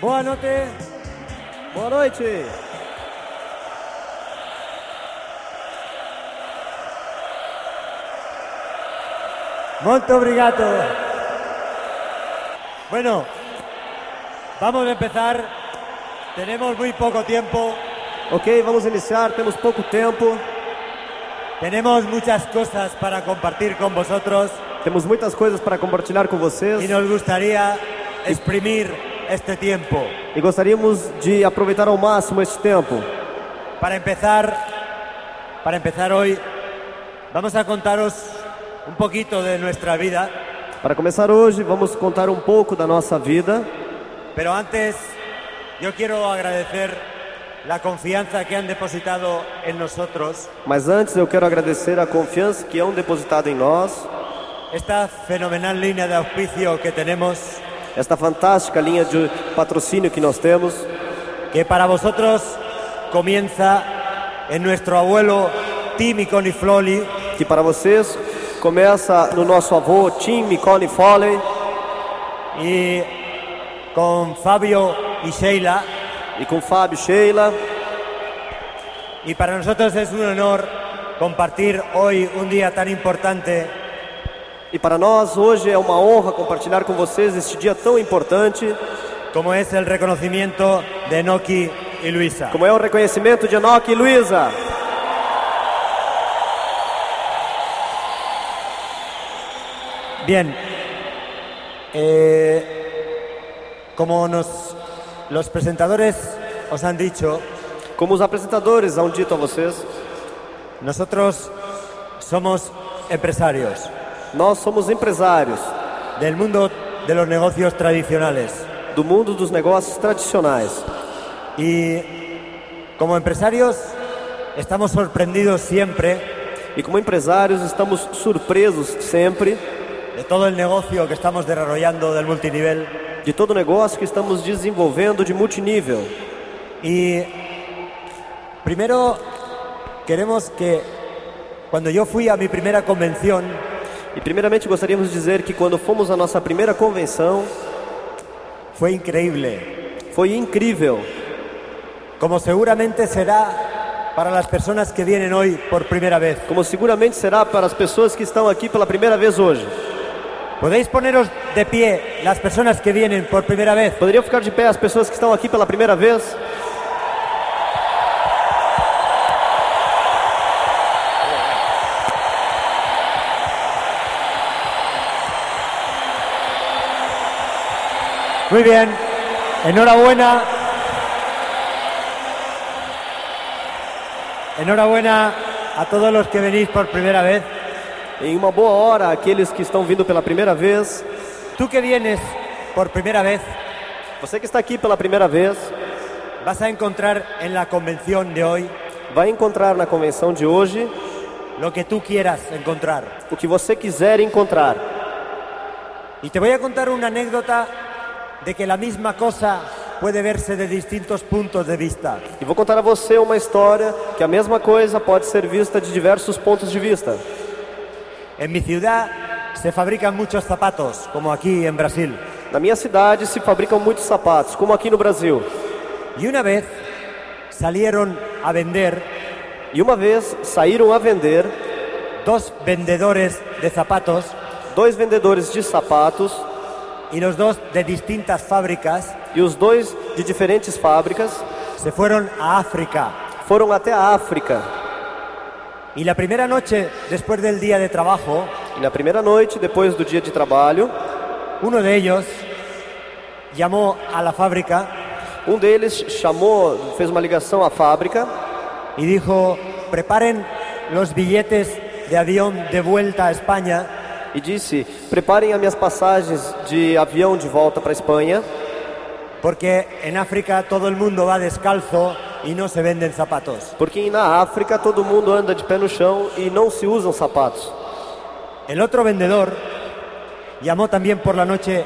Boa noite. Boa noite. Muito obrigado. Bueno, vamos a empezar. Tenemos muy poco tiempo. Ok, vamos iniciar, temos pouco tempo, Tenemos muchas cosas para compartir con vosotros temos muitas coisas para compartilhar com y vocês nos gustaría exprimir este tiempo. e gostaríamos de aproveitar ao máximo este tempo. Para empezar, para empezar hoy, vamos a contaros un poquito de nuestra vida, Para começar hoje, vamos contar um pouco da nossa vida, pero antes yo quiero agradecer la confianza que han depositado en nosotros mas antes eu quero agradecer a confiança que é um depositado em nós, esta fenomenal línea de auspicio que tenemos, esta fantástica linha de patrocínio que nós temos, que para vosotros comienza en nuestro abuelo Timmy Conifloli, que para vocês começa no nosso avô Tim Micone Foley y con Fabio y Sheila. e com Fábio Sheila. Y para nosotros es un honor compartir hoy un día tan importante E para nós hoje é uma honra compartilhar com vocês este dia tão importante. como es el reconocimiento de Noki y Luisa. Como é o reconhecimento de Enoque e Luísa? Bien, Eh, como nos, los presentadores os han dicho, Como os apresentadores hão dito a vocês, nosotros somos empresarios nós somos empresários del mundo de los negocios tradicionales. do mundo dos negócios tradicionais. Y como empresarios estamos sorprendidos siempre E como empresários, estamos surpresos sempre de todo el negocio que estamos desarrollando del multinivel. de todo o negócio que estamos desenvolvendo de multinível. Y primero queremos que cuando yo fui a mi primera convención, E primeiramente gostaríamos de dizer que quando fomos à nossa primeira convenção, fue increíble. foi incrível. Como seguramente será para las personas que vienen hoy por primera vez. Como seguramente será para as pessoas que estão aqui pela primeira vez hoje. ¿Podéis poneros de pie las personas que vienen por primera vez? Poderiam ficar de pé as pessoas que estão aqui pela primeira vez? Muy bien, enhorabuena. Enhorabuena a todos los que venís por primera vez. Em uma boa hora, aqueles que estão vindo pela primeira vez, Tú que vienes por primera vez você que está aqui pela primeira vez, vas a encontrar en la convención de hoy vai encontrar na convenção de hoje lo que tú quieras encontrar. o que você quiser encontrar. Y te voy a contar una anécdota de que la misma cosa puede verse de distintos puntos de vista. E vou contar a você uma história que a mesma coisa pode ser vista de diversos pontos de vista. En mi ciudad se fabrican muchos zapatos, como aquí en Brasil. Na minha cidade se fabricam muitos sapatos, como aqui no Brasil. Y una vez salieron a vender E uma vez saíram a vender dos vendedores de zapatos dois vendedores de sapatos y los dos de distintas fábricas e os dois de diferentes fábricas se fueron a África. foram até a África. Y la primera noche, después del día de trabajo, E na primeira noite, depois do dia de trabalho, uno de ellos llamó a la fábrica Um deles chamou, fez uma ligação à fábrica y dijo, preparen los billetes de avión de vuelta a España e disse: "Preparem as minhas passagens de avião de volta para a Espanha, Porque en África todo el mundo va descalzo e no se venden zapatos. porque na África todo mundo anda de pé no chão e não se usam sapatos." El otro vendedor llamó también por la noche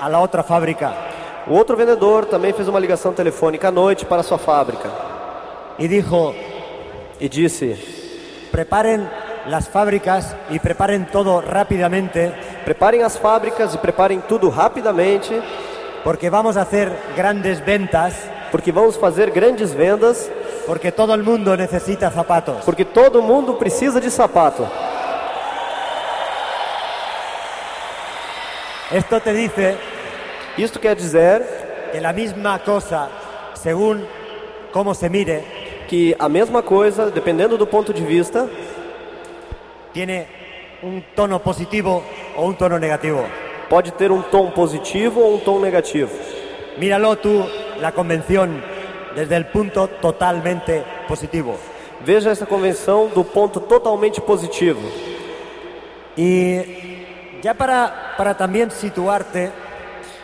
a la otra fábrica O outro vendedor também fez uma ligação telefônica à noite para sua fábrica y dijo, e disse: preparen las fábricas y preparen todo rápidamente "Preparem as fábricas e preparem tudo rapidamente, porque vamos a hacer grandes ventas, porque vamos fazer grandes vendas, porque todo el mundo necesita zapatos. porque todo mundo precisa de sapato. Esto te dice Isto quer dizer que la misma cosa, según cómo se mire, que a mesma coisa, dependendo do ponto de vista, tiene un tono positivo o un tono negativo. pode ter um tom positivo ou um tom negativo. Míralo tú, la convención, desde el punto totalmente positivo. Veja essa convenção do ponto totalmente positivo. Y ya para, para también situarte,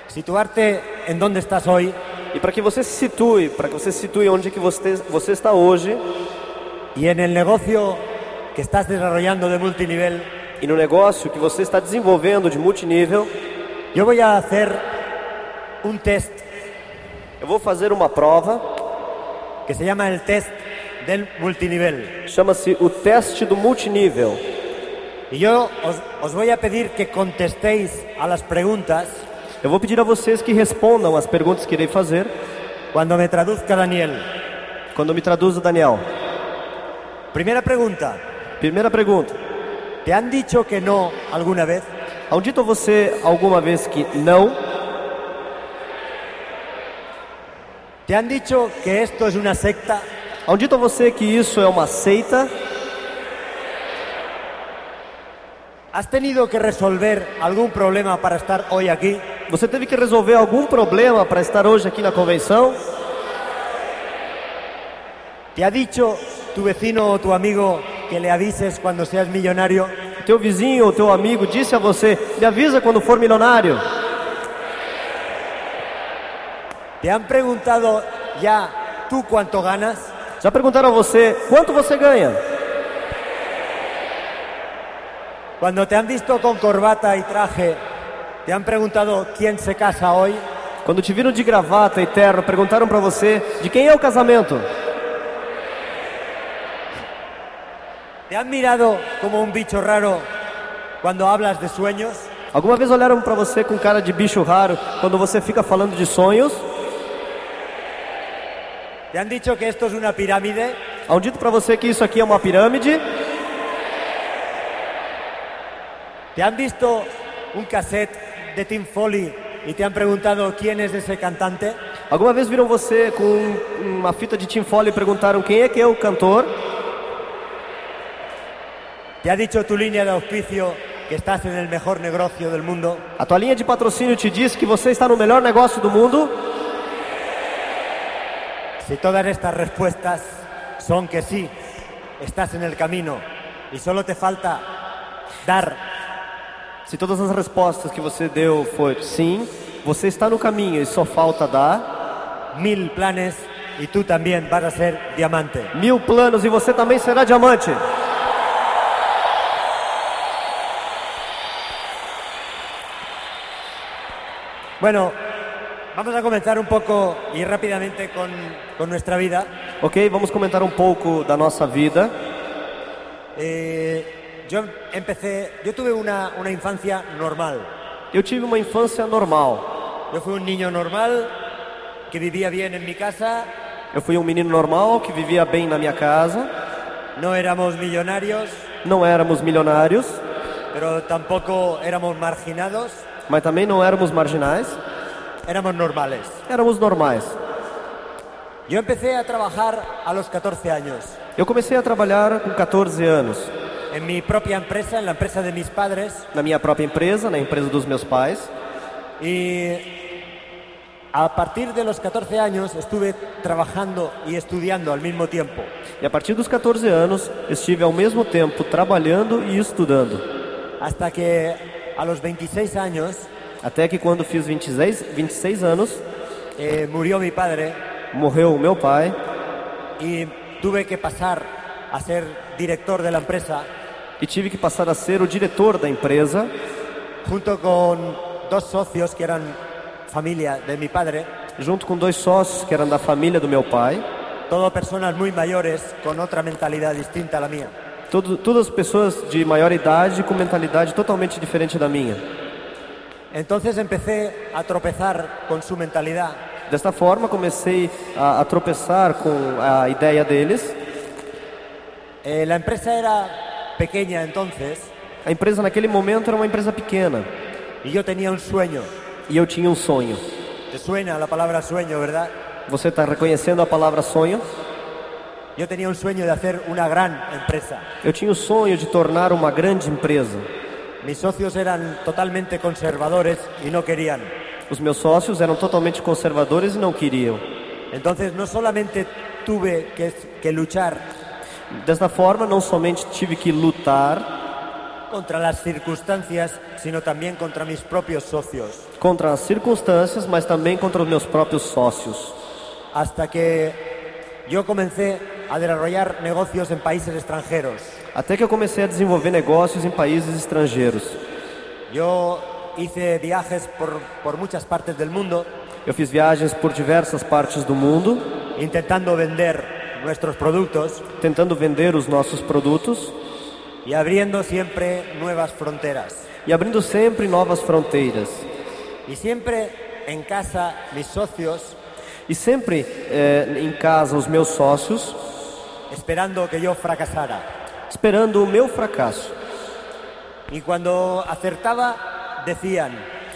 situarte en dónde estás hoy, E para que você se situe, para que você se situe onde é que você, você está hoje Y en el negocio que estás desarrollando de multinivel, e no negócio que você está desenvolvendo de multinível, yo voy a hacer un test eu vou fazer uma prova, que se llama el test del multinivel. chama-se o teste do multinível. Y yo os, os voy a pedir que contestéis a las preguntas Eu vou pedir a vocês que respondam as perguntas que irei fazer cuando me traduzca Daniel. quando me traduza o Daniel. Primera pregunta, Primeira pergunta: ¿te han dicho que no alguna vez? Auditou você alguma vez que não? ¿Te han dicho que esto es una secta? Auditou você que isso é uma seita? ¿Has tenido que resolver algún problema para estar hoy aquí? Você teve que resolver algum problema para estar hoje aqui na convenção? ¿Te ha dicho tu vecino o tu amigo que le avises cuando seas millonario? Teu vizinho ou teu amigo disse a você: me avisa quando for milionário? ¿Te han preguntado ya tú cuánto ganas? Já perguntaram a você quanto você ganha? Cuando te han visto con corbata y traje, ¿te han preguntado quién se casa hoy? Quando te viram de gravata e terno, perguntaram para você de quem é o casamento? ¿Te han mirado como un bicho raro cuando hablas de sueños? Alguma vez olharam para você com cara de bicho raro quando você fica falando de sonhos? ¿Te han dicho que esto es una pirámide? Audito para um você que isso aqui é uma pirâmide? ¿Te han visto un cassette de Tim Foley y te han preguntado quién es ese cantante? Alguma vez viram você com uma fita de Tim Foley e perguntaram quem é que é o cantor? ¿Te ha dicho tu línea de auspicio que estás en el mejor negocio del mundo? A tua linha de patrocínio te diz que você está no melhor negócio do mundo? Si todas estas respuestas son que sí, estás en el camino y solo te falta dar. Se todas as respostas que você deu for sim, você está no caminho e só falta dar Mil planes y tú también vas a ser diamante. mil planos e você também será diamante. Bueno, vamos a comenzar un poco y rápidamente con, con nuestra vida. Ok, vamos comentar um pouco da nossa vida. Eh, yo empecé, yo tuve una, una infancia normal. Eu tive uma infância normal. Yo fui un niño normal que vivía bien en mi casa, Eu fui um menino normal que vivia bem na minha casa. no éramos millonarios, Não éramos milionários, pero tampoco éramos marginados, mas também não éramos marginais. éramos normales. Éramos normais. Yo empecé a trabajar a los 14 años Eu comecei a trabalhar com 14 anos en mi propia empresa, en la empresa de mis padres, na minha própria empresa, na empresa dos meus pais. y a partir de los 14 años estuve trabajando y estudiando al mismo tiempo. E a partir dos 14 anos, estive ao mesmo tempo trabalhando e estudando. Hasta que a los 26 años Até que quando fiz 26, 26 anos, eh, murió mi padre morreu o meu pai y tuve que pasar a ser director de la empresa e tive que passar a ser o diretor da empresa, junto con dos socios que eran familia de mi padre, junto com dois sócios que eram da família do meu pai. todo personas muy mayores con otra mentalidad distinta a la mía. Todo, todas pessoas de maior idade com mentalidade totalmente diferente da minha. Entonces empecé a tropezar con su mentalidad. Desta forma, comecei a, a tropeçar com a ideia deles. Eh, la empresa era pequeña entonces A empresa naquele momento era uma empresa pequena y yo tenía un sueño. e eu tinha um sonho. Te suena la palabra sueño, ¿verdad? Você está reconhecendo a palavra sonho? Yo tenía un sueño de hacer una gran empresa. Eu tinha o sonho de tornar uma grande empresa. Mis socios eran totalmente conservadores y no querían. Os meus sócios eram totalmente conservadores e não queriam. Entonces no solamente tuve que, que luchar Desta forma, não somente tive que lutar contra las circunstancias, sino también contra mis propios socios. contra as circunstâncias, mas também contra os meus próprios sócios. Hasta que yo comencé a desarrollar negocios en países extranjeros. Até que eu comecei a desenvolver negócios em países estrangeiros. Yo hice viajes por, por muchas partes del mundo Eu fiz viagens por diversas partes do mundo, intentando vender nuestros productos tentando vender os nossos produtos y abriendo siempre nuevas fronteras. e abrindo sempre novas fronteiras. Y siempre en casa mis socios E sempre eh, em casa, os meus sócios, esperando que yo fracasara. esperando o meu fracasso. Y cuando acertaba decían,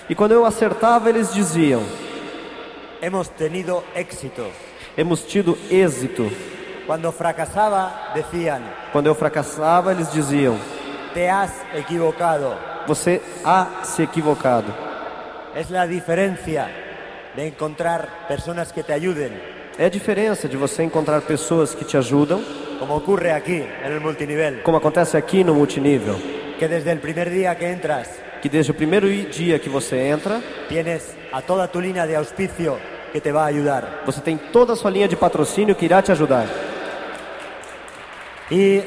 E quando eu acertava, eles diziam: hemos tenido éxito. Hemos tido êxito. Cuando fracasaba decían, Quando eu fracassava, eles diziam: te has equivocado. Você há se equivocado. Es la diferencia de encontrar personas que te ayuden, É a diferença de você encontrar pessoas que te ajudam, como ocurre aquí en el multinivel, como acontece aqui no multinível, que desde el primer día que entras que desde o primeiro i- dia que você entra, tienes a toda tu línea de auspicio que te va a ayudar. você tem toda a sua linha de patrocínio que irá te ajudar. Y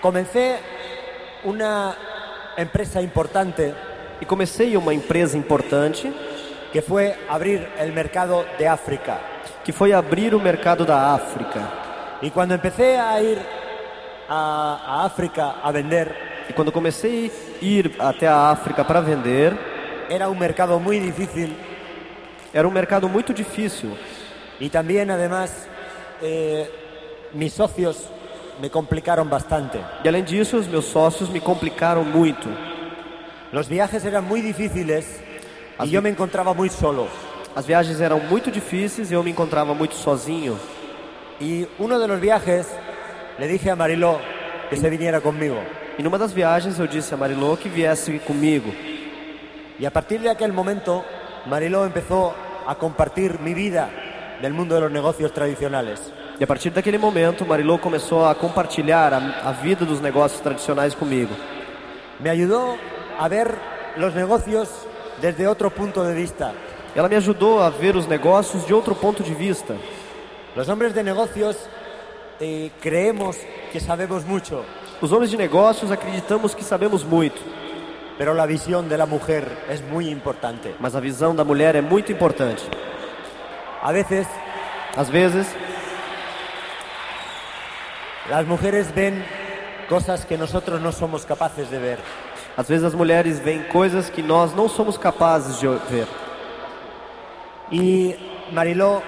comencé una empresa importante E comecei uma empresa importante que fue abrir el mercado de África. que foi abrir o mercado da África. Y cuando empecé a ir a, a África a vender, E quando comecei a ir até a África para vender, era un mercado muy difícil era um mercado muito difícil. y también además eh, mis socios me complicaron bastante. E além disso, os meus sócios me complicaram muito. Los viajes eran muy difíciles y Así- yo me encontraba muy solo. As viagens eram muito difíceis e eu me encontrava muito sozinho. Y uno de los viajes le dije a Mariló que se viniera conmigo. E numa das viagens eu disse a Marilô que viesse comigo. Y a partir de aquel momento, Mariló empezó a compartir mi vida del mundo de los negocios tradicionales. E a partir daquele momento, Marilô começou a compartilhar a, a vida dos negócios tradicionais comigo. Me ayudó a ver los negocios desde otro punto de vista. Ela me ajudou a ver os negócios de outro ponto de vista. Los hombres de negocios eh, creemos que sabemos mucho, Os homens de negócios acreditamos que sabemos muito, pero la visión de la mujer es muy importante. mas a visão da mulher é muito importante. A veces Às vezes, las mujeres ven cosas que nosotros no somos capaces de ver. às vezes as mulheres veem coisas que nós não somos capazes de ver. Y Mariló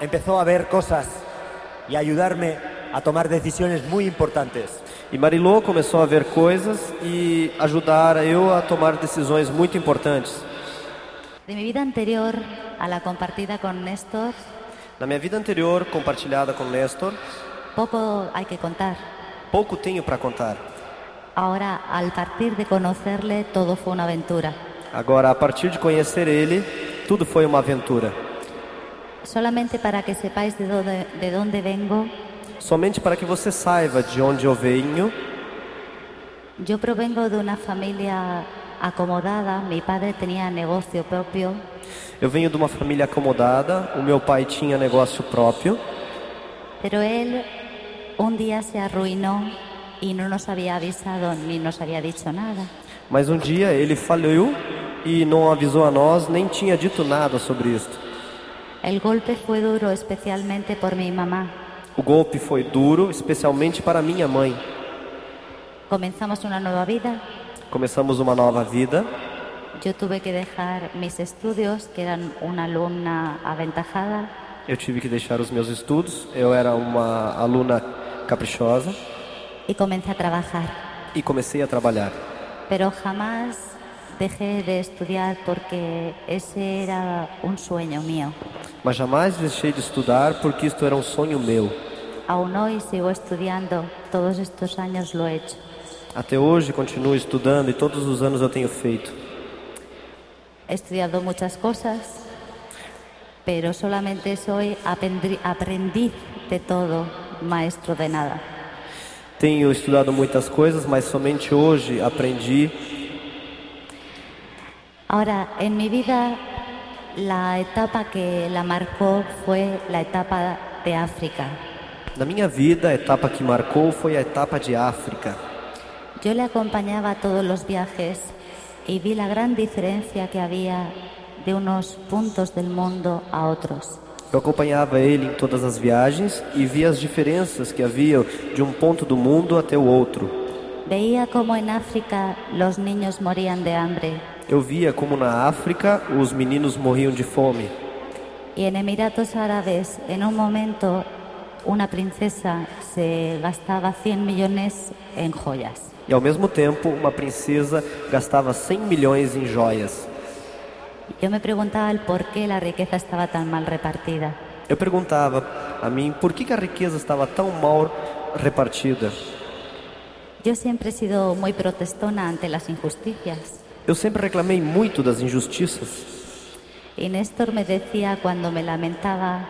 empezó a ver cosas y a ayudarme a tomar decisiones muy importantes. E Marilô começou a ver coisas e ajudar eu a tomar decisões muito importantes. De mi vida anterior a la compartida con Néstor, Na minha vida anterior, compartilhada com Nestor, poco hay que contar. pouco tenho para contar. Ahora, al partir de conocerle, todo fue una aventura. Agora, a partir de conhecer ele, tudo foi uma aventura. Solamente para que sepáis de dónde, de dónde vengo, Somente para que você saiba de onde eu venho, yo provengo de una familia acomodada, mi padre tenía negocio propio, eu venho de uma família acomodada, o meu pai tinha negócio próprio, pero él un día se arruinó y no nos había avisado ni nos había dicho nada. mas um dia ele faliu e não avisou a nós, nem tinha dito nada sobre isso. El golpe fue duro especialmente por mi mamá. O golpe foi duro, especialmente para minha mãe. Comenzamos una nueva vida, Começamos uma nova vida, Yo tuve que dejar mis estudios, que eran una alumna aventajada, Eu tive que deixar os meus estudos, eu era uma aluna caprichosa y comencé a trabajar. e comecei a trabalhar. Pero jamás dejé de estudiar porque ese era un sueño mío. Mas jamais deixei de estudar porque isto era um sonho meu. Aún hoy sigo estudiando, todos estos años lo he hecho. Até hoje continuo estudando e todos os anos eu tenho feito. He estudiado muchas cosas, pero solamente soy apendri- aprendiz de todo, maestro de nada. Tenho estudado muitas coisas, mas somente hoje aprendi. Ahora, en mi vida, la etapa que la marcó fue la etapa de África. Na minha vida, a etapa que marcou foi a etapa de África. Yo le acompañaba a todos los viajes y vi la gran diferencia que había de unos puntos del mundo a otros. Eu acompanhava ele em todas as viagens e via as diferenças que havia de um ponto do mundo até o outro. Veía cómo en África los niños morían de hambre Eu via como na África os meninos morriam de fome. y en Emiratos Árabes en un momento una princesa se gastaba 100 millones en joyas. E ao mesmo tempo, uma princesa gastava 100 milhões em joias. Yo me preguntaba el por qué la riqueza estaba tan mal repartida. Eu perguntava a mim por que, que a riqueza estava tão mal repartida. Yo siempre he sido muy protestona ante las injusticias. Eu sempre reclamei muito das injustiças. Y Néstor me decía cuando me lamentaba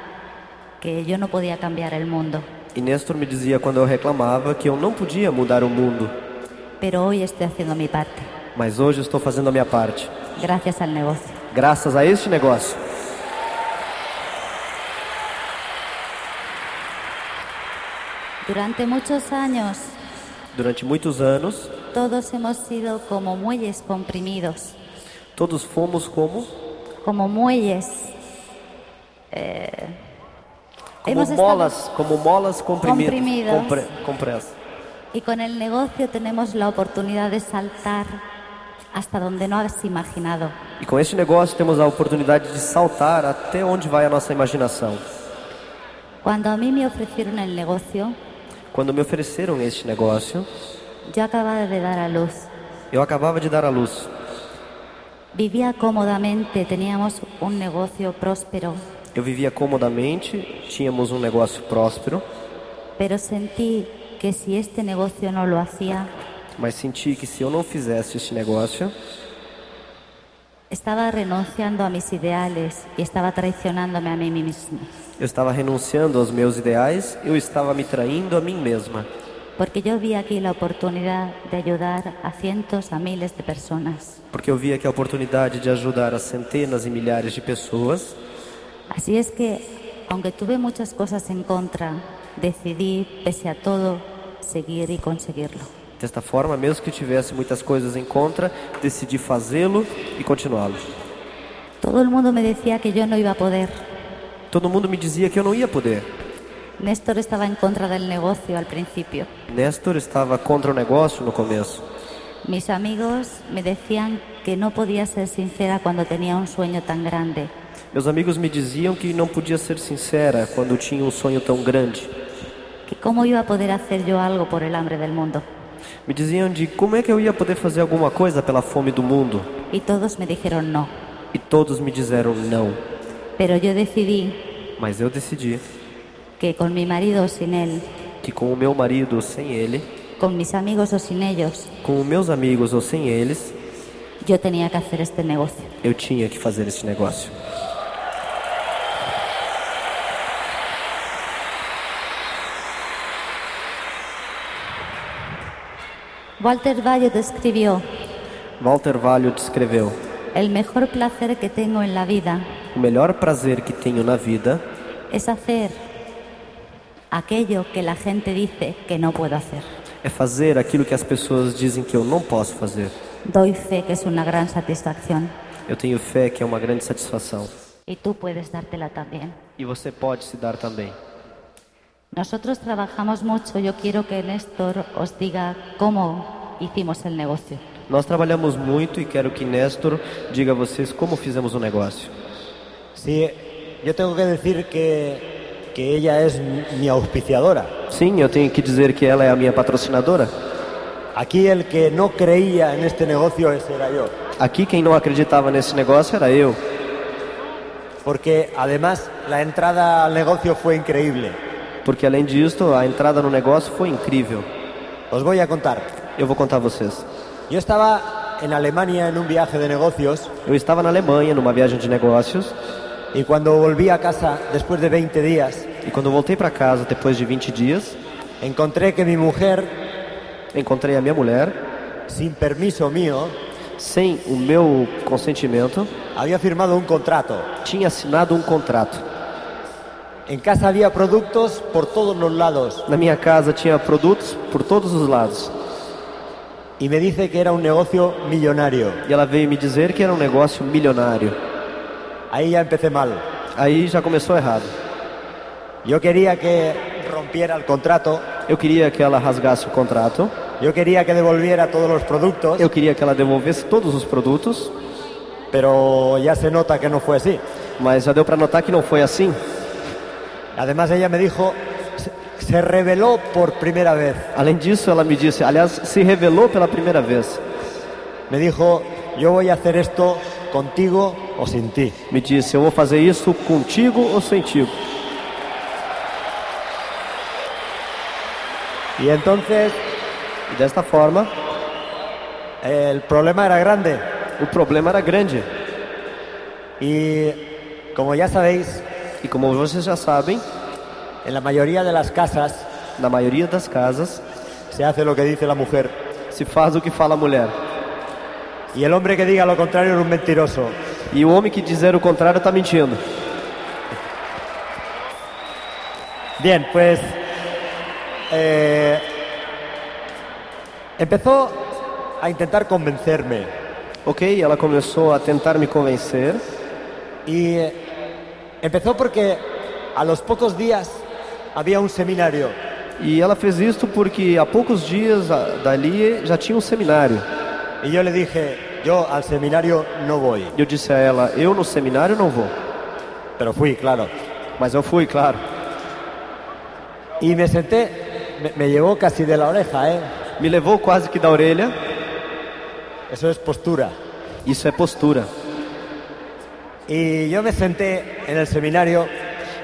que yo no podía cambiar el mundo, E Néstor me dizia quando eu reclamava que eu não podia mudar o mundo. pero hoy estoy haciendo mi parte, Mas hoje eu estou fazendo a minha parte, gracias al negocio. graças a este negócio. Durante muchos años Durante muitos anos, todos hemos sido como muelles comprimidos, todos fomos como, como muelles eh, como estado- molas, como molas comprimidas, Comprimidas. compre- compressas. y con el negocio tenemos la oportunidad de saltar hasta donde no has imaginado. E com este negócio temos a oportunidade de saltar até onde vai a nossa imaginação. Cuando a mí me ofrecieron el negocio, Quando me ofereceram este negócio, yo acababa de dar a luz. eu acabava de dar à luz. Vivía cómodamente, teníamos un negocio próspero, Eu vivia comodamente, tínhamos um negócio próspero, pero sentí que si este negocio no lo hacía, mas senti que se eu não fizesse este negócio, estaba renunciando a mis ideales y estaba traicionándome a mí misma, eu estava renunciando aos meus ideais, eu estava me traindo a mim mesma. porque yo vi aquí la oportunidad de ayudar a cientos, a miles de personas. Porque eu via que a oportunidade de ajudar as centenas e milhares de pessoas, Así es que, aunque tuve muchas cosas en contra, decidí, pese a todo, seguir y conseguirlo. desta forma, mesmo que eu tivesse muitas coisas em contra, decidi fazê-lo e continuá-lo. Todo el mundo me decía que yo no iba a poder. Todo mundo me dizia que eu não ia poder. Néstor estaba en contra del negocio al principio. Néstor estava contra o negócio no começo. Mis amigos me decían que no podía ser sincera cuando tenía un sueño tan grande. Meus amigos me diziam que não podia ser sincera quando tinha um sonho tão grande. Que cómo iba a poder hacer yo algo por el hambre del mundo. Me diziam de como é que eu ia poder fazer alguma coisa pela fome do mundo. Y todos me dijeron no. E todos me disseram não. Pero yo decidí Mas eu decidi que con mi marido o sin él, que com o meu marido ou sem ele, con mis amigos o sin ellos, com os meus amigos ou sem eles, yo tenía que hacer este negocio. eu tinha que fazer este negócio. Walter Valle describió, Walter Valho descreveu: el mejor placer que tengo en la vida O melhor prazer que tenho na vida es hacer aquello que la gente dice que no puedo hacer. é fazer aquilo que as pessoas dizem que eu não posso fazer. Doy fe que es una gran satisfacción. Eu tenho fé que é uma grande satisfação. Y tú puedes dártela también. E você pode se dar também. Nosotros trabajamos mucho. Yo quiero que Néstor os diga cómo hicimos el negocio. Nós trabalhamos muito e quero que Néstor diga a vocês como fizemos o negócio. Sí, yo tengo que decir que, que ella es mi- mi auspiciadora. Sim, eu tenho que dizer que ela é a minha patrocinadora. Aquí el que no creía en este negocio ese era yo. Aqui quem não acreditava nesse negócio era eu, Porque además la entrada al negocio fue increíble. porque além disso a entrada no negócio foi incrível. Os voy a contar. Eu vou contar a vocês. Yo estaba en Alemania en un viaje de negocios Eu estava na Alemanha numa viagem de negócios y cuando volví a casa después de 20 días e quando eu voltei para casa depois de 20 dias, encontré que mi mujer, encontrei a minha mulher sin permiso mío, sem o meu consentimento, había firmado un contrato. tinha assinado um contrato. En casa había productos por todos los lados Na minha casa tinha produtos por todos os lados y me dice que era un negocio millonario. e ela veio me dizer que era um negócio milionário. Ahí ya empecé mal. Aí já começou errado. Yo quería que rompiera el contrato, Eu queria que ela rasgasse o contrato, yo quería que devolviera todos los productos, eu queria que ela devolvesse todos os produtos, pero ya se nota que no fue así. mas já deu para notar que não foi assim. Además ella me dijo, se- se reveló por primera vez. Além disso, ela me disse, aliás, se revelou pela primeira vez. Me dijo, yo voy a hacer esto contigo o sin ti. Me disse, eu vou fazer isso contigo ou sem ti. Y entonces E desta forma, eh, el problema era grande. o problema era grande. Y como ya sabéis, E como vocês já sabem, en la mayoría de las casas na maioria das casas, se hace lo que dice la mujer. se faz o que fala a mulher. Y el hombre que diga lo contrario es un mentiroso. E o homem que dizer o contrário está mentindo. Bien, pues eh, empezó a intentar convencerme. Ok, ela começou a tentar me convencer. Y eh, empezó porque a los pocos días había un seminario. E ela fez isto porque há poucos dias a- dali já tinha um seminário. Y yo le dije, yo al seminario no voy. E eu disse a ela, eu no seminário não vou. Pero fui, claro. Mas eu fui, claro. Y me senté, me, me llevó casi de la oreja, ¿eh? Me levou quase que da orelha. Eso es postura. Isso é postura. Y yo me senté en el seminario,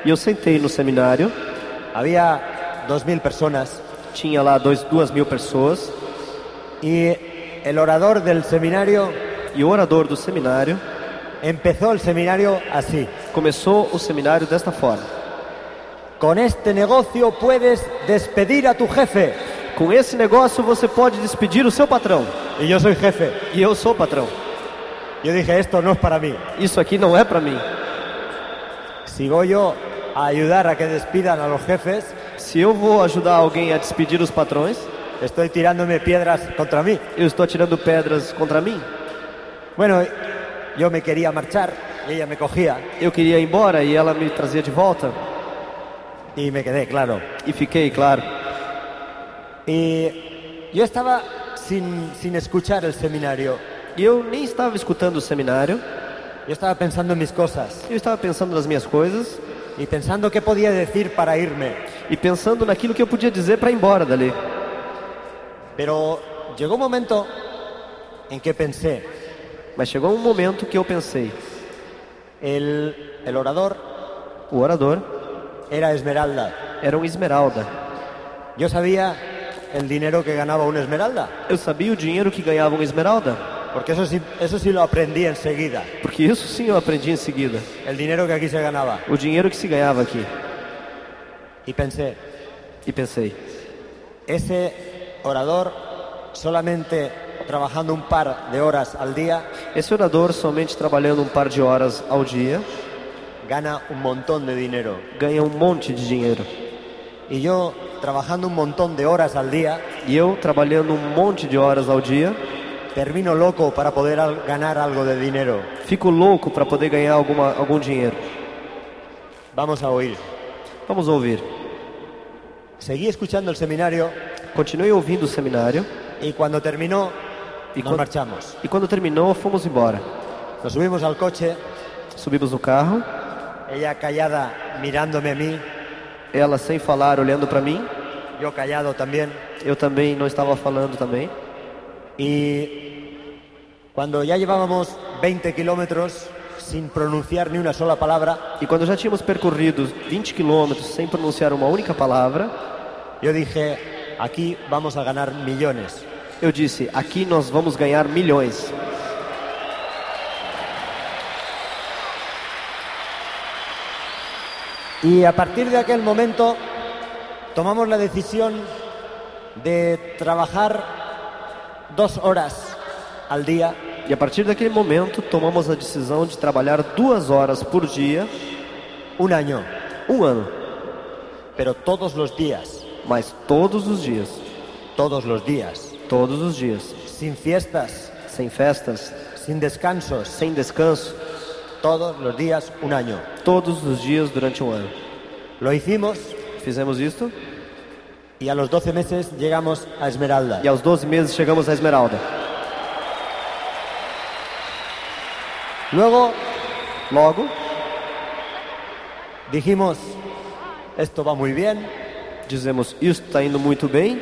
E eu sentei no seminário, había dos mil personas, tinha lá dois, duas mil pessoas, y el orador del seminario e o orador do seminário empezó el seminario así. começou o seminário desta forma. Con este negocio puedes despedir a tu jefe. Com esse negócio você pode despedir o seu patrão. Y yo soy jefe. E eu sou patrão. Yo dije, esto no es para mí. Isso aqui não é pra mim. Si voy yo a ayudar a que despidan a los jefes, Se eu vou ajudar alguém a despedir os patrões, estoy tirándome piedras contra mí. eu estou atirando pedras contra mim. Bueno, yo me quería marchar y ella me cogía Eu queria ir embora e ela me trazia de volta. y me quedé, claro. E fiquei, claro. Y yo estaba sin, sin escuchar el seminario. E eu nem estava escutando o seminário. Yo estaba pensando en mis cosas Eu estava pensando nas minhas coisas y pensando qué podía decir para irme. e pensando naquilo que eu podia dizer pra ir embora dali. Pero llegó un momento en que pensé, Mas chegou um momento que eu pensei: el, el orador o orador era Esmeralda. era um esmeralda. Yo sabía el dinero que ganaba un Esmeralda, Eu sabia o dinheiro que ganhava um esmeralda, porque eso sí, eso sí lo aprendí enseguida, porque isso sim eu aprendi em seguida. el dinero que aquí se ganaba. O dinheiro que se ganhava aqui. Y pensé, E pensei: Ese orador solamente trabajando un par de horas al día esse orador, somente trabalhando um par de horas ao dia, gana un montón de dinero. ganha um monte de dinheiro. Y yo trabajando un montón de horas al día E eu, trabalhando um monte de horas ao dia, termino loco para poder al- ganar algo de dinero. fico louco para poder ganhar alguma, algum dinheiro. Vamos a oír. Vamos ouvir. Seguí escuchando el seminario Continuei ouvindo o seminário y cuando terminó E Nos quando, marchamos. e quando terminou, fomos embora. Nos subimos al coche, Subimos no carro, ella callada mirándome a mí, ela sem falar, olhando para mim. yo callado también. Eu também não estava falando também. Y cuando ya llevábamos 20 kilómetros sin pronunciar ni una sola palabra, E quando já tínhamos percorrido 20 quilômetros sem pronunciar uma única palavra, yo dije, aquí vamos a ganar millones. eu disse: aqui nós vamos ganhar milhões. Y a partir de aquel momento tomamos la decisión de trabajar dos horas al día E a partir daquele momento, tomamos a decisão de trabalhar duas horas por dia, un año, um ano, pero todos los días, mas todos os dias. todos los días, Todos os dias. sin fiestas, Sem festas, sin descansos, sem descanso, todos los días un año. todos os dias durante um ano. Lo hicimos Fizemos isto y a los 12 meses llegamos a Esmeralda. e aos 12 meses chegamos à Esmeralda. Luego Logo, dijimos, esto va muy bien, dizemos: Isto está indo muito bem,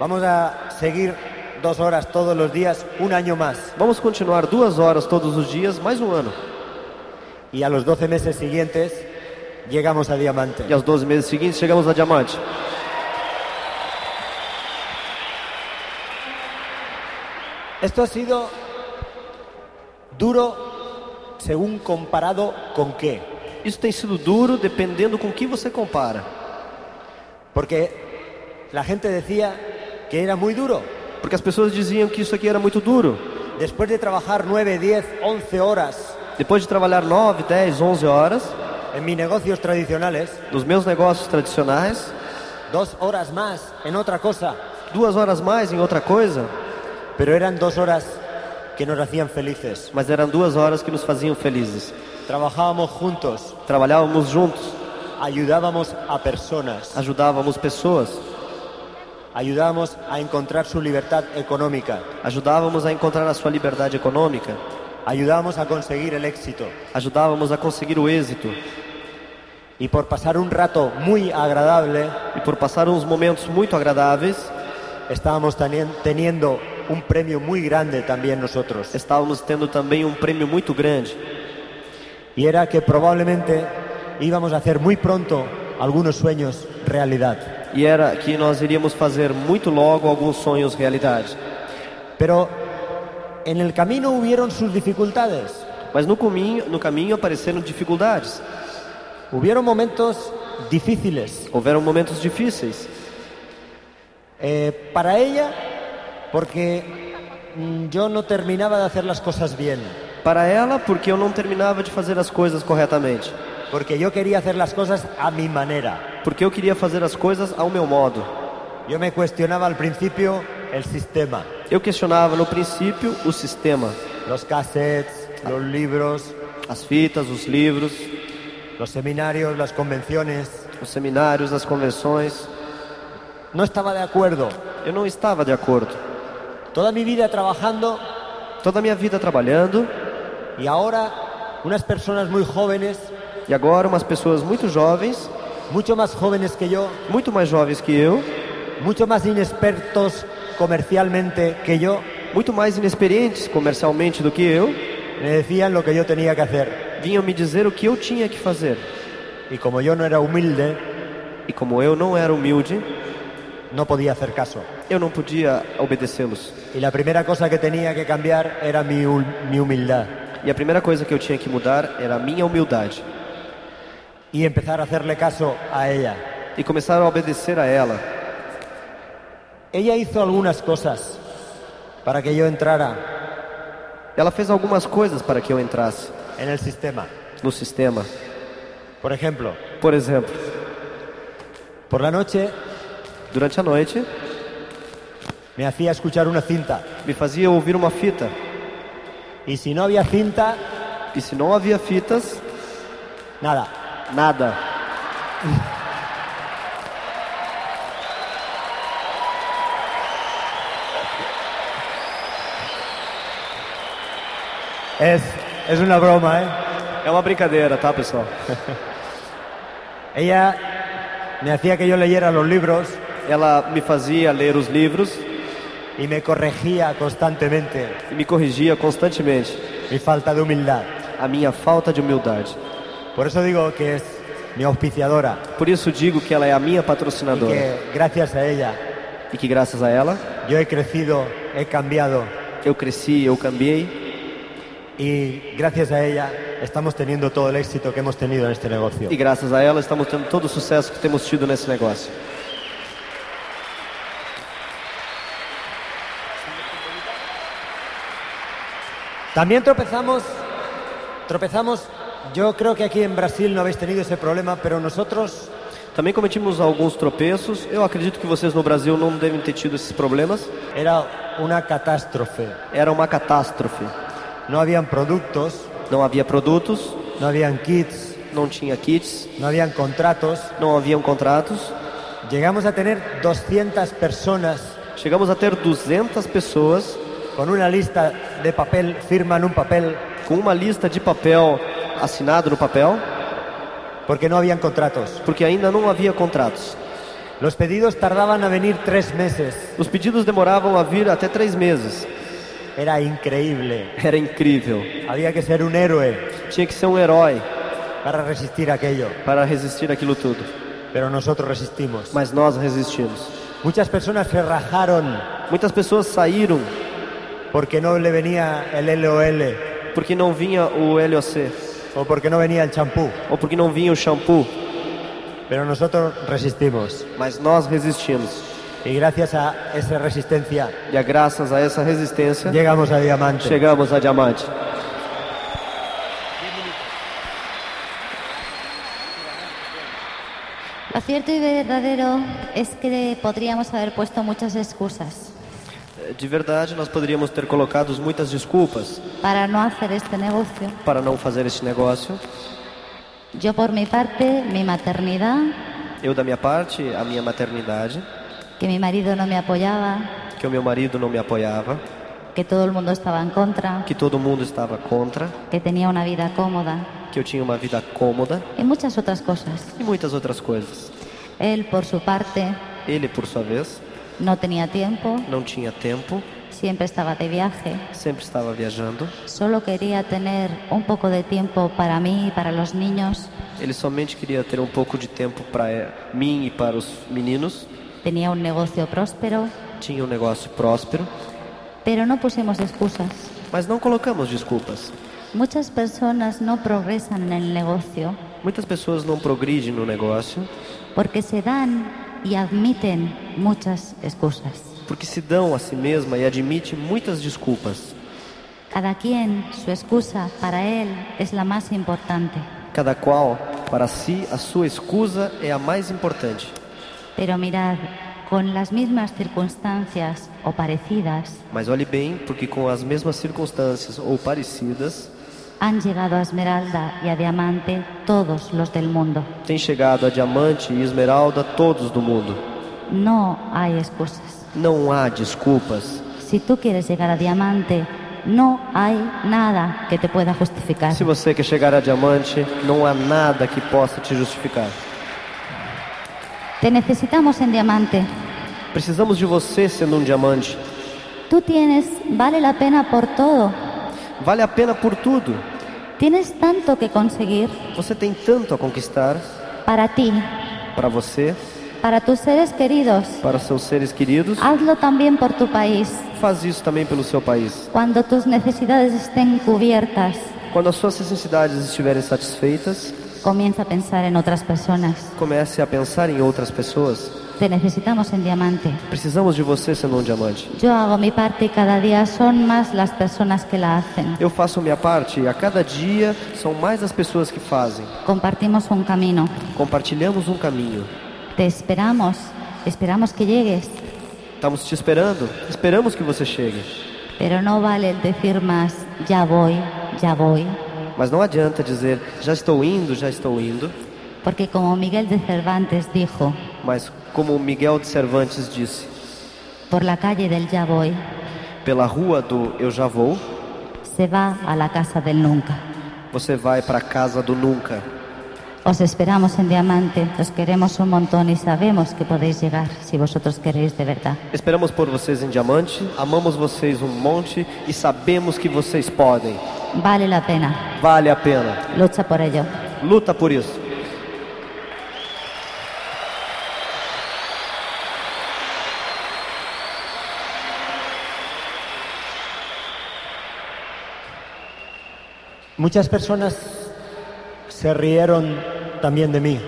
vamos a seguir dos horas todos los días un año más. vamos continuar duas horas todos os dias, mais um ano. Y a los 12 meses siguientes llegamos a Diamante. E aos 12 meses seguintes chegamos a diamante. Esto ha sido duro según comparado con qué. Isso tem sido duro dependendo com que você compara. Porque la gente decía que era muy duro. Porque as pessoas diziam que isso aqui era muito duro. Después de trabajar 9, 10, 11 horas Depois de trabalhar 9, 10, 11 horas en mis negocios tradicionales, nos meus negócios tradicionais, dos horas más en otra cosa, duas horas mais em outra coisa, pero eran dos horas que nos hacían felices. mas eram duas horas que nos faziam felizes. Trabajábamos juntos, Trabalhávamos juntos, ayudábamos a personas, ajudávamos pessoas, ayudábamos a encontrar su libertad económica, ajudávamos a encontrar a sua liberdade econômica, ayudábamos a conseguir el éxito. ajudávamos a conseguir o êxito. Y por pasar un rato muy agradable, E por passar uns momentos muito agradáveis, estábamos teni- teniendo un premio muy grande también nosotros. estávamos tendo também um prêmio muito grande. Y era que probablemente íbamos a hacer muy pronto algunos sueños realidad. E era que nós iríamos fazer muito logo alguns sonhos realidade. Pero en el camino hubieron sus dificultades. Mas no caminho, no caminho apareceram dificuldades. Hubieron momentos difíciles Houveram momentos difíceis eh, para ella porque mm, yo no terminaba de hacer las cosas bien, para ela porque eu não terminava de fazer as coisas corretamente, porque yo quería hacer las cosas a mi manera. porque eu queria fazer as coisas ao meu modo. Yo me cuestionaba al principio el sistema, Eu questionava no princípio o sistema, los cassettes, los libros, as fitas, os livros, los seminarios, las convenciones. os seminários, as convenções. No estaba de acuerdo. Eu não estava de acordo. Toda mi vida trabajando Toda a minha vida trabalhando y ahora unas personas muy jóvenes, e agora umas pessoas muito jovens, mucho más jóvenes que yo, muito mais jovens que eu, mucho más inexpertos comercialmente que yo, muito mais inexperientes comercialmente do que eu, Me decían lo que yo tenía que hacer. vinham me dizer o que eu tinha que fazer. Y como yo no era humilde, E como eu não era humilde, no podía hacer caso. eu não podia obedecê-los. Y la primera cosa que tenía que cambiar era mi, hum- mi humildad E a primeira coisa que eu tinha que mudar era a minha humildade y empezar a hacerle caso a ella. e começar a obedecer a ela. Ella hizo algunas cosas para que yo entrara Ela fez algumas coisas para que eu entrasse en el sistema. no sistema. Por ejemplo, Por exemplo, por la noche durante a noite me hacía escuchar una cinta me fazia ouvir uma fita y si no había cinta, e se não havia fitas, nada. nada. Es, es una broma, ¿eh? É uma brincadeira, tá, pessoal? Ella me hacía que yo leyera los libros Ela me fazia ler os livros y me corregía constantemente e me corrigia constantemente mi falta de humildad. a minha falta de humildade. Por eso digo que es mi auspiciadora Por isso digo que ela é a minha y patrocinadora que gracias a ella e que graças a ela yo he crecido, he cambiado eu cresci, eu cambiei y gracias a ella estamos teniendo todo el éxito que hemos tenido en este negocio. e graças a ela estamos tendo todo o sucesso que temos tido nesse negócio. También tropezamos, tropezamos, yo creo que aquí en Brasil no habéis tenido ese problema, pero nosotros Também cometimos alguns tropeços. Eu acredito que vocês no Brasil não devem ter tido esses problemas. era una catástrofe. Era uma catástrofe. No habían productos, Não havia produtos, no habían kits, não tinha kits, no habían contratos. não haviam contratos. Llegamos a tener 200 personas Chegamos a ter 200 pessoas con una lista de papel, firman un papel com uma lista de papel assinado no papel, porque no habían contratos. porque ainda não havia contratos. Los pedidos tardaban a venir tres meses. Os pedidos demoravam a vir até três meses. Era increíble. Era incrível. Había que ser un héroe Tinha que ser um herói para resistir aquello, para resistir aquilo tudo. pero nosotros resistimos. Mas nós resistimos. Muchas personas se rajaron Muitas pessoas saíram porque no le venía el LOL porque não vinha o LOC o porque no venía el champú, ou porque não vinha o shampoo. pero nosotros resistimos. Mas nós resistimos. Y gracias a esa resistencia E a graças a essa resistência, llegamos a Diamante. chegamos a diamante. Lo cierto y verdadero es que podríamos haber puesto muchas excusas De verdade, nós poderíamos ter colocado muitas desculpas para no hacer este negocio. para não fazer esse negócio. Yo por mi parte, mi maternidad, Eu, da minha parte, a minha maternidade, que mi marido no me apoyaba, que o meu marido não me apoiava, que todo el mundo estaba en contra, que todo mundo estava contra, que tenía una vida cómoda que eu tinha uma vida cômoda y muchas otras cosas. e muitas outras coisas. Él por su parte Ele, por sua vez, no tenía tiempo, não tinha tempo, siempre estaba de viaje, sempre estava viajando. solo quería tener un poco de tiempo para mí y para los niños. Ele somente queria ter um pouco de tempo para mim e para os meninos. Tenía un negocio próspero, Tinha um negócio próspero, pero no pusimos excusas. mas não colocamos desculpas. Muchas personas no progresan en el negocio Muitas pessoas não progridem no negócio porque se dan y admiten muchas excusas. porque se dão a si mesma e admite muitas desculpas. Cada quien, su excusa para él es la más importante. Cada qual, para si, a sua escusa é a mais importante. Pero mirad, con las mismas circunstancias o parecidas, Mas olhe bem, porque com as mesmas circunstâncias ou parecidas, han llegado a Esmeralda y a Diamante todos los del mundo. tem chegado a diamante e esmeralda todos do mundo. No hay excusas. Não há desculpas. Si tú quieres llegar a Diamante, no hay nada que te pueda justificar. Se você quer chegar a diamante, não há nada que possa te justificar. Te necesitamos en Diamante. Precisamos de você sendo um diamante. Tú tienes, vale la pena por todo. Vale a pena por tudo. Tienes tanto que conseguir Você tem tanto a conquistar para ti, para você, para tus seres queridos. para seus seres queridos. Hazlo también por tu país, Faz isso também pelo seu país. cuando tus necesidades estén cubiertas. Quando as suas necessidades estiverem satisfeitas, Comienza a pensar en otras personas. comece a pensar em outras pessoas. Te necesitamos en diamante. Precisamos de você sendo um diamante. Yo hago mi parte y cada día son más las personas que la hacen. Eu faço minha parte e a cada dia são mais as pessoas que fazem. Compartimos un camino. Compartilhamos um caminho. Te esperamos, esperamos que llegues, Estamos te esperando. Esperamos que você chegue. pero no vale el decir más, ya voy, ya voy. Mas não adianta dizer já estou indo, já estou indo. Porque como Miguel de Cervantes dijo, Mas como o Miguel de Cervantes disse, por la calle del ya voy, pela rua do eu já vou, se va a la casa del nunca. Você vai para a casa do nunca. Os esperamos en Diamante, os queremos un montón y sabemos que podéis llegar si vosotros queréis de verdad. Esperamos por vocês em Diamante, amamos vocês um monte e sabemos que vocês podem. Vale la pena, Vale a pena. lucha por ello. Luta por isso. Muchas personas se rieron también de mí.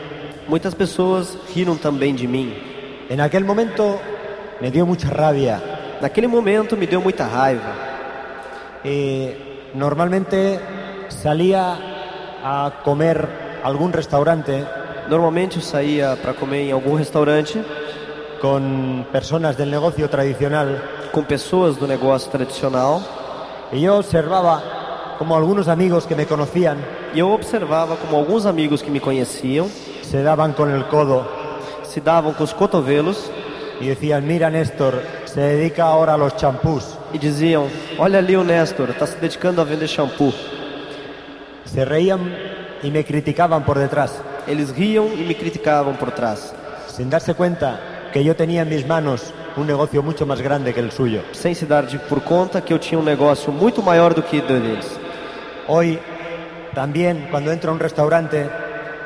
Muitas pessoas riram também de mim. En aquel momento me dio mucha rabia. Naquele momento me deu muita raiva. Eh, normalmente salía a comer a algún restaurante Normalmente eu saía para comer em algum restaurante con personas del negocio tradicional com pessoas do negócio tradicional y yo observaba como algunos amigos que me conocían e eu observava como alguns amigos que me conheciam se daban con el codo se davam com os cotovelos y decían, mira Néstor, se dedica ahora a los champús. e diziam: Olha ali o Néstor, está se dedicando a vender shampoo. Se reían y me criticaban por detrás, Eles riam e me criticavam por trás, sin darse cuenta que yo tenía en mis manos un negocio mucho más grande que el suyo. sem se dar de por conta que eu tinha um negócio muito maior do que o deles. Hoy también cuando entro a un restaurante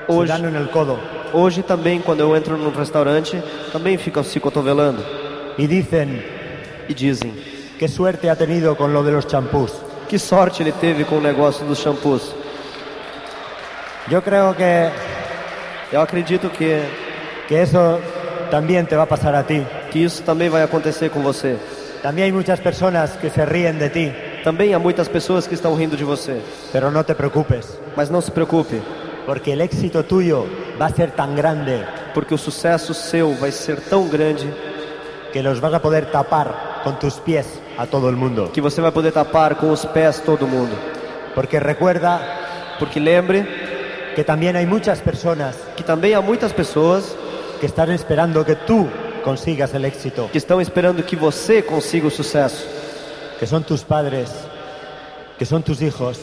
Hoy- se dan en el codo Hoje também, quando eu entro num restaurante, também ficam se cotovelando y dicen e dizem: qué suerte ha tenido con lo de los champús. Que sorte ele teve com o negócio dos shampoos. Yo creo que, Eu acredito que, que eso también te va a pasar a ti. que isso também vai acontecer com você. También hay muchas personas que se ríen de ti, Também há muitas pessoas que estão rindo de você, pero no te preocupes, mas não se preocupe, porque el éxito tuyo va a ser tan grande porque o sucesso seu vai ser tão grande que los vas a poder tapar con tus pies a todo el mundo. que você vai poder tapar com os pés todo mundo. Porque recuerda Porque lembre que también hay muchas personas que também há muitas pessoas que están esperando que tú consigas el éxito, que estão esperando que você consiga o sucesso, que son tus padres, que son tus hijos,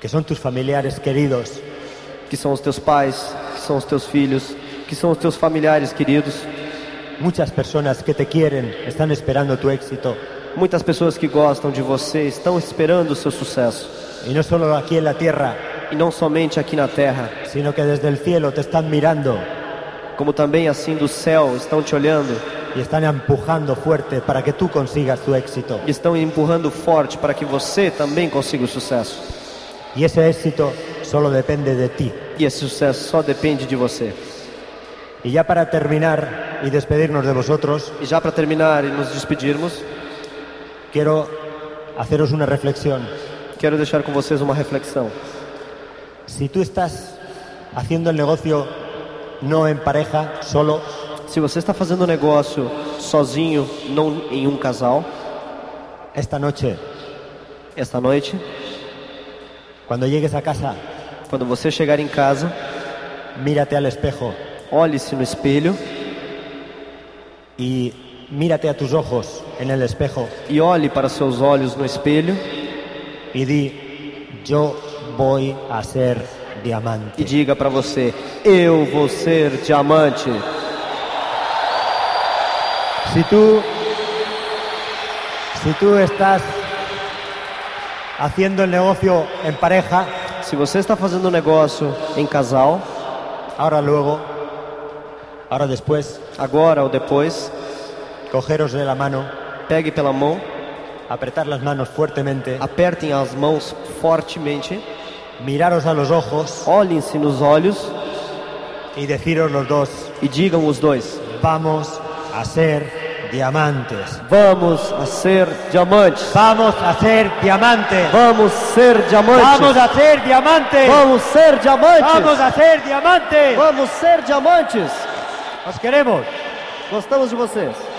que son tus familiares queridos, que são os teus pais, que são os teus filhos, que são os teus familiares queridos, muchas personas que te quieren, están esperando tu éxito. muitas pessoas que gostam de você estão esperando o seu sucesso. Y no solo aquí en la tierra, E não somente aqui na terra, sino que desde el cielo te están mirando como também assim do céu estão te olhando y están empujando fuerte para que tú consigas tu éxito. e estão empurrando forte para que você também consiga o sucesso. Y ese éxito solo depende de ti. E esse sucesso só depende de você. Y ya para terminar y despedirnos de vosotros, E já para terminar e nos despedirmos, quiero haceros una reflexión. quero deixar com vocês uma reflexão. Si tú estás haciendo el negocio no en pareja, solo, Se você está fazendo um negócio sozinho, não em um casal, esta noche, esta noite, cuando llegues a casa, quando você chegar em casa, mírate al espejo olhe-se no espelho y mírate a tus ojos en el espejo e olhe para seus olhos no espelho y di, yo voy a ser e diamante. diga para você: Eu vou ser diamante. Si tú, si tú estás haciendo el negocio en pareja, Se você está fazendo um negócio em casal, ahora luego, ahora después, agora ou depois, cogeros de la mano, pegue pela mão, apretar las manos fuertemente, apertem as mãos fortemente, miraros a los ojos olhem-se nos olhos y deciros los dos, e digam os dois: vamos a ser diamantes. Vamos a ser diamantes. Vamos a ser diamantes. Vamos ser diamantes. Vamos a ser diamantes. Vamos ser diamantes. Vamos a ser diamantes. Vamos ser diamantes. Nos queremos. Gostamos de vocês.